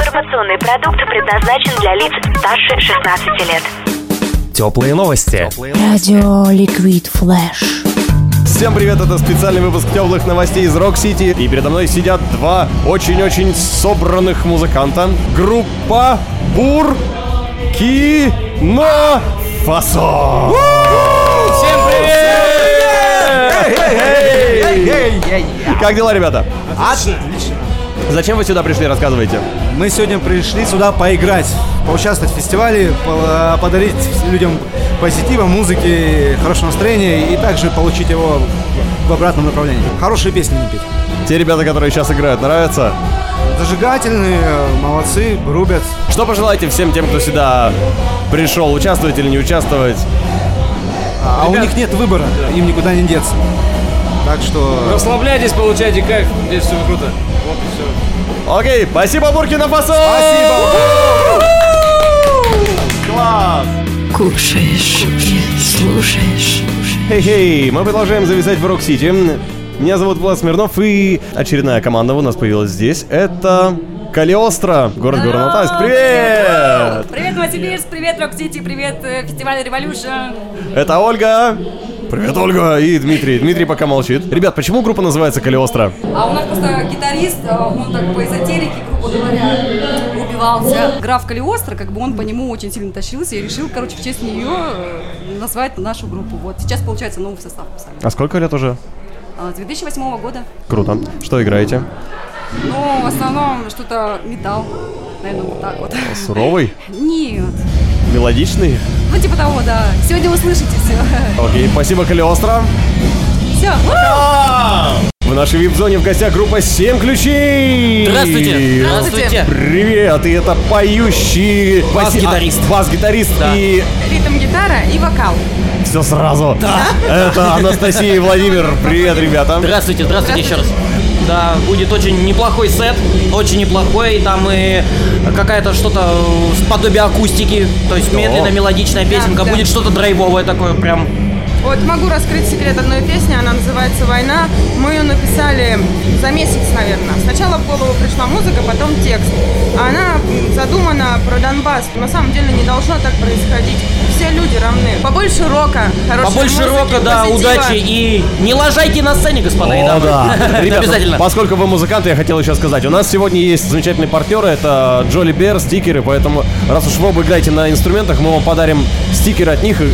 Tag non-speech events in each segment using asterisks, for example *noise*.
Информационный продукт предназначен для лиц старше 16 лет. Теплые новости. Радио Ликвид Флэш. Всем привет, это специальный выпуск теплых новостей из Рок-Сити. И передо мной сидят два очень-очень собранных музыканта. Группа Буркино Фасо. Всем Как дела, ребята? Отлично. Зачем вы сюда пришли, рассказывайте. Мы сегодня пришли сюда поиграть, поучаствовать в фестивале, по- э, подарить людям позитива, музыки, хорошего настроения и также получить его в обратном направлении. Хорошие песни не петь. Те ребята, которые сейчас играют, нравятся? Зажигательные, э, молодцы, рубят. Что пожелаете всем тем, кто сюда пришел, участвовать или не участвовать? А у них нет выбора, им никуда не деться. Так что Расслабляйтесь, получайте кайф, здесь все круто. Вот и все. Окей, спасибо, Буркина Фасо! Класс! Кушаешь, слушаешь, Хей-хей, мы продолжаем зависать в Рок-Сити. Меня зовут Влад Смирнов, и очередная команда у нас появилась здесь. Это Калиостро, город Горнотайск. Привет! Привет, Новосибирск, привет, Рок-Сити, привет, э, фестиваль Революшн. Это Ольга. Привет, Ольга и Дмитрий. Дмитрий пока молчит. Ребят, почему группа называется Калиостро? А у нас просто гитарист, э, он как бы эзотерики, грубо говоря, убивался. Граф Калиостро, как бы он по нему очень сильно тащился и решил, короче, в честь нее э, назвать нашу группу. Вот сейчас, получается, новый состав писали. А сколько лет уже? С 2008 года. Круто. Что играете? Ну, в основном что-то металл, наверное, вот так вот. *laughs* Суровый? Нет. Мелодичный? Ну, типа того, да. Сегодня услышите *laughs* все. Окей, спасибо, Калиостро. Все. В нашей вип-зоне в гостях группа 7 ключей. Здравствуйте! Здравствуйте! Привет, и это поющий Бас-гитарист. а, Бас-гитарист и Ритм-гитара и вокал. все сразу. Это Анастасия и Владимир. Привет, ребята. Здравствуйте, здравствуйте еще раз. Да, будет очень неплохой сет, очень неплохой, там и какая-то что-то в подобие акустики, то есть медленно мелодичная песенка, да. будет что-то драйвовое такое прям. Вот могу раскрыть секрет одной песни, она называется «Война». Мы ее написали за месяц, наверное. Сначала в голову пришла музыка, потом текст. А Она м, задумана про Донбасс. На самом деле не должно так происходить. Все люди равны. Побольше рока, хорошей Побольше музыки, рока, да, позитива. удачи и не ложайте на сцене, господа и О, дамы. *laughs* да. Ребята, Обязательно. поскольку вы музыканты, я хотел еще сказать. У нас сегодня есть замечательные партнеры. Это Джоли Бер, стикеры. Поэтому, раз уж вы играете на инструментах, мы вам подарим стикер от них. И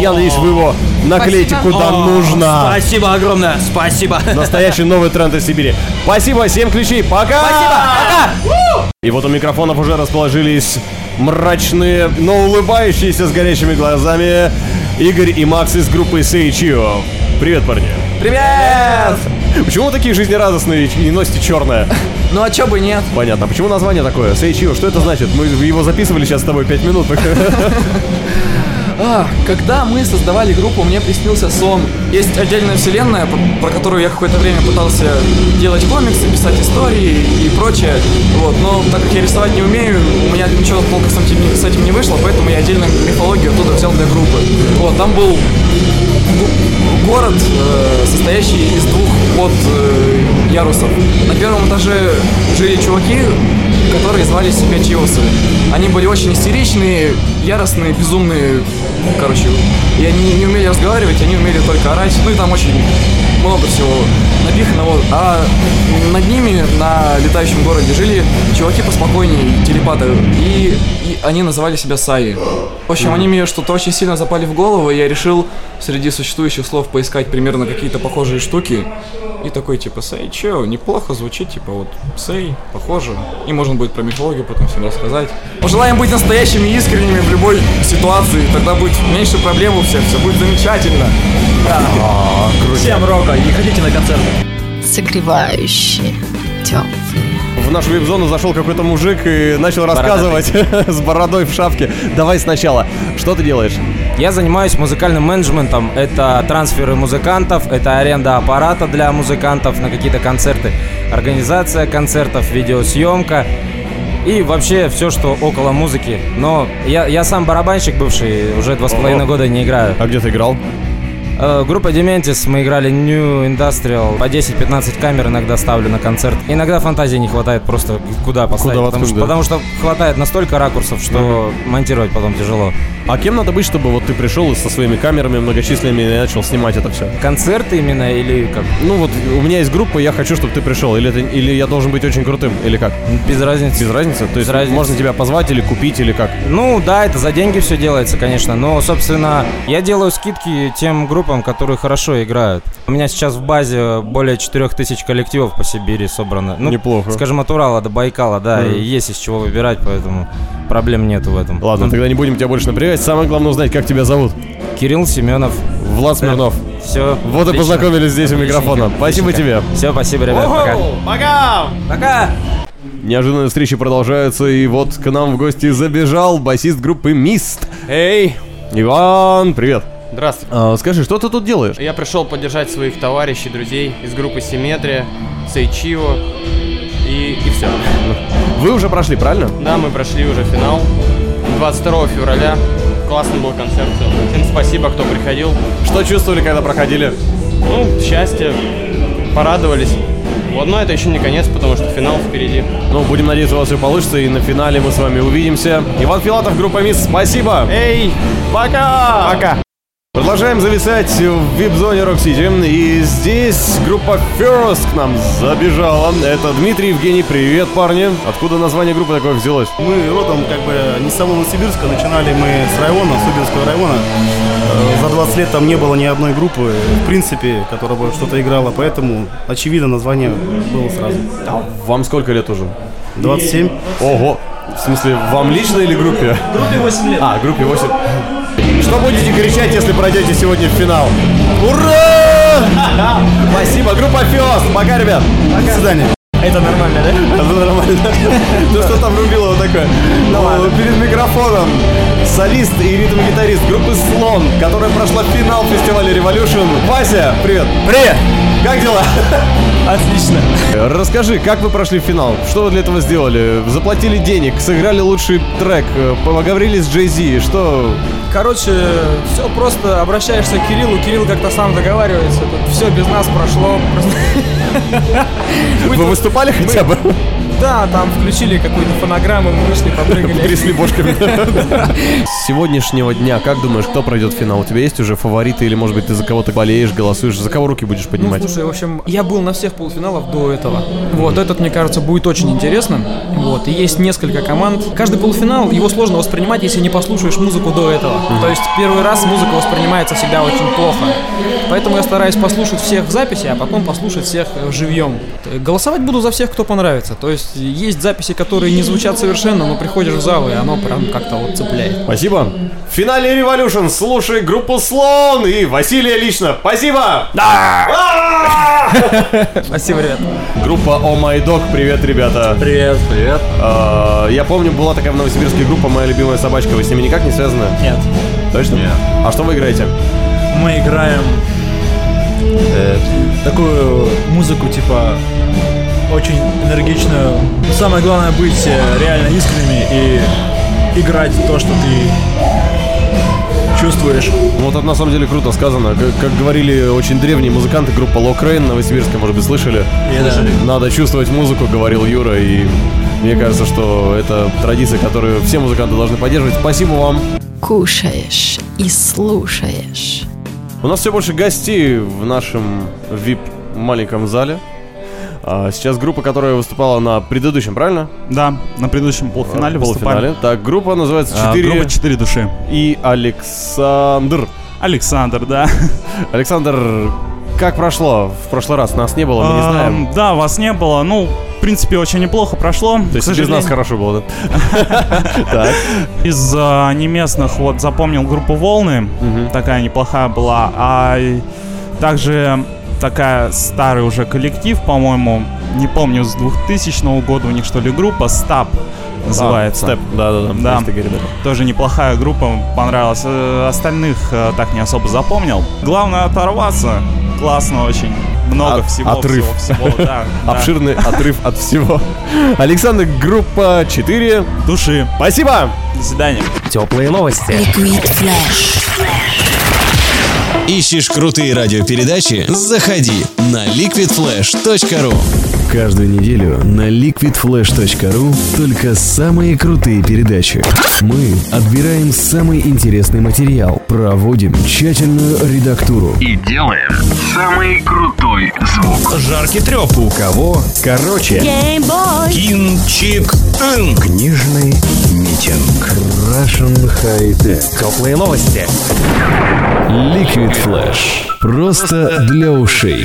Я надеюсь, вы его наклеите Спасибо. куда О, нужно. Спасибо огромное, спасибо. Настоящий новый тренд из Сибири. Спасибо, 7 ключей. Пока! И вот у микрофонов уже расположились мрачные, но улыбающиеся с горящими глазами Игорь и Макс из группы Сейчио. Привет, парни. Привет! Почему вы такие жизнерадостные и не носите черное? Ну а чё бы нет? Понятно. А Почему название такое? Сейчио, что это значит? Мы его записывали сейчас с тобой 5 минут. А, когда мы создавали группу, мне приснился сон. Есть отдельная вселенная, про- про которую я какое-то время пытался делать комиксы, писать истории и прочее. Вот, но так как я рисовать не умею, у меня ничего толком с этим, не- с этим не вышло, поэтому я отдельно мифологию оттуда взял для группы. Вот, там был г- город, э, состоящий из двух под э, ярусов. На первом этаже жили чуваки, которые звали себя Чиосы. Они были очень истеричные, яростные, безумные, короче. И они не умели разговаривать, они умели только орать. Ну и там очень много всего напиханного. А над ними, на летающем городе, жили чуваки поспокойнее, телепаты. И, и они называли себя Саи. В общем, они мне что-то очень сильно запали в голову, и я решил среди существующих слов поискать примерно какие-то похожие штуки. И такой, типа, Сэй, чё, неплохо звучит, типа, вот, Сэй, похоже. И можно будет про мифологию потом всем рассказать. Пожелаем быть настоящими и искренними в любой ситуации, тогда будет меньше проблем у всех, все будет замечательно. Всем рока, не ходите на концерт. согревающие, теплые. В нашу вип-зону зашел какой-то мужик и начал рассказывать *laughs* с бородой в шапке. Давай сначала. Что ты делаешь? Я занимаюсь музыкальным менеджментом. Это трансферы музыкантов, это аренда аппарата для музыкантов на какие-то концерты, организация концертов, видеосъемка и вообще все, что около музыки. Но я, я сам барабанщик бывший, уже два с половиной года не играю. А где ты играл? Э, Группа Дементис, мы играли New Industrial, по 10-15 камер иногда ставлю на концерт. Иногда фантазии не хватает просто куда поставить, потому, Куда воткнуть, что, да. потому что хватает настолько ракурсов, что монтировать потом тяжело. А кем надо быть, чтобы вот ты пришел и со своими камерами многочисленными и начал снимать это все? Концерты именно или как? Ну вот у меня есть группа, я хочу, чтобы ты пришел. Или, это, или я должен быть очень крутым, или как? Без разницы. Без разницы? То есть можно тебя позвать или купить, или как? Ну да, это за деньги все делается, конечно. Но, собственно, я делаю скидки тем группам, которые хорошо играют. У меня сейчас в базе более 4000 коллективов по Сибири собрано. Ну, Неплохо. Скажем, от Урала до Байкала, да, Мгм. и есть из чего выбирать, поэтому проблем нету в этом. Ну, Ладно, тогда не будем тебя больше напрягать. Самое главное узнать, как тебя зовут. Кирилл Семенов. Влад Смирнов. Все. Вот и познакомились здесь у микрофона. Спасибо тебе. Все, спасибо, ребят. Пока. Пока! Пока! Неожиданные встречи продолжаются, и вот к нам в гости забежал басист группы Мист. Эй! Иван, привет! Здравствуй. А, скажи, что ты тут делаешь? Я пришел поддержать своих товарищей, друзей из группы Симметрия, Сейчио и, и все. Вы уже прошли, правильно? Да, мы прошли уже финал 22 февраля. Классный был концерт. Всем спасибо, кто приходил. Что чувствовали, когда проходили? Ну, счастье. Порадовались. Вот, но это еще не конец, потому что финал впереди. Ну, будем надеяться, у вас все получится, и на финале мы с вами увидимся. Иван Филатов, группа Мисс, спасибо! Эй, пока! Пока! Продолжаем зависать в вип-зоне Rock City, и здесь группа First к нам забежала. Это Дмитрий Евгений, привет, парни! Откуда название группы такое взялось? Мы родом как бы не с самого Сибирска, начинали мы с района, с Сибирского района. Э, За 20 лет там не было ни одной группы, в принципе, которая бы что-то играла, поэтому, очевидно, название было сразу. А Вам сколько лет уже? 27. Ого! В смысле, вам лично или группе? Группе 8 лет. А, группе 8. Что будете кричать, если пройдете сегодня в финал? Ура! *laughs* Спасибо, группа First! Пока, ребят! До свидания! Это нормально, да? *laughs* Это *laughs* нормально. Ну что там рубило вот такое? Ну, Перед микрофоном солист и ритм-гитарист группы «Слон», которая прошла финал фестиваля Revolution. Вася, привет! Привет! Как дела? *laughs* Отлично. Расскажи, как вы прошли финал? Что вы для этого сделали? Заплатили денег, сыграли лучший трек, э, поговорили с Джей-Зи, что... Короче, все просто обращаешься к Кириллу, Кирилл как-то сам договаривается. Тут все без нас прошло. Вы выступали хотя бы? *laughs* Да, там включили какую-то фонограмму, мы вышли, попрыгали. Трясли бошками. С сегодняшнего дня, как думаешь, кто пройдет в финал? У тебя есть уже фавориты или, может быть, ты за кого-то болеешь, голосуешь? За кого руки будешь поднимать? Ну, *laughs* слушай, в общем, я был на всех полуфиналах до этого. Вот, этот, мне кажется, будет очень интересным. Вот, и есть несколько команд. Каждый полуфинал, его сложно воспринимать, если не послушаешь музыку до этого. Мгм. То есть первый раз музыка воспринимается всегда очень плохо. Поэтому я стараюсь послушать всех в записи, а потом послушать всех э, живьем. Т- Голосовать буду за всех, кто понравится. То есть есть записи, которые не звучат совершенно, но приходишь в зал, и оно прям как-то вот цепляет. Спасибо. В финале Revolution слушай группу Слон и Василия лично. Спасибо! А! *laughs* Спасибо, ребят. Группа О Май Dog. Привет, ребята. Привет. Привет. Я помню, была такая в Новосибирске группа «Моя любимая собачка». Вы с ними никак не связаны? Нет. Точно? Нет. А что вы играете? Мы играем э, такую музыку, типа, очень энергичную. Самое главное быть э, реально искренними и играть то, что ты чувствуешь. Ну, Вот это на самом деле круто сказано. Как, как говорили очень древние музыканты, группа Локрейн Новосибирска, может быть, слышали? Я да. Слышали. Надо чувствовать музыку, говорил Юра, и мне кажется, что это традиция, которую все музыканты должны поддерживать. Спасибо вам. Кушаешь и слушаешь. У нас все больше гостей в нашем VIP маленьком зале. А, сейчас группа, которая выступала на предыдущем, правильно? Да, на предыдущем Э, полуфинале выступали. Так, группа называется А, 4. группа «Четыре души». И Александр. Александр, да. Александр, как прошло в прошлый раз? Нас не было, мы не Эм, знаем. Да, вас не было. Ну, в принципе, очень неплохо прошло. То есть и без нас хорошо было, *laughs* да? Из э, неместных вот запомнил группу Волны. Такая неплохая была. А и также такая старый уже коллектив, по-моему, не помню, с 2000 года у них что ли группа Стаб называется. Степ, да-да-да, Да. есть такие ребята. Тоже неплохая группа, понравилась. Э, Остальных э, так не особо запомнил. Главное оторваться. Классно очень. Много всего. Отрыв. всего, всего, да, да. Обширный отрыв от всего. Александр, группа 4. Души. Спасибо. До свидания. Теплые новости. Liquid Flash. Ищешь крутые радиопередачи? Заходи на liquidflash.ru Каждую неделю на liquidflash.ru только самые крутые передачи. Мы отбираем самый интересный материал, проводим тщательную редактуру. И делаем самый крутой звук. Жаркий треп. У кого? Короче. Геймбой. Кинчик. Книжный митинг. Russian High Tech. Теплые новости. Liquid Flash. Просто для ушей.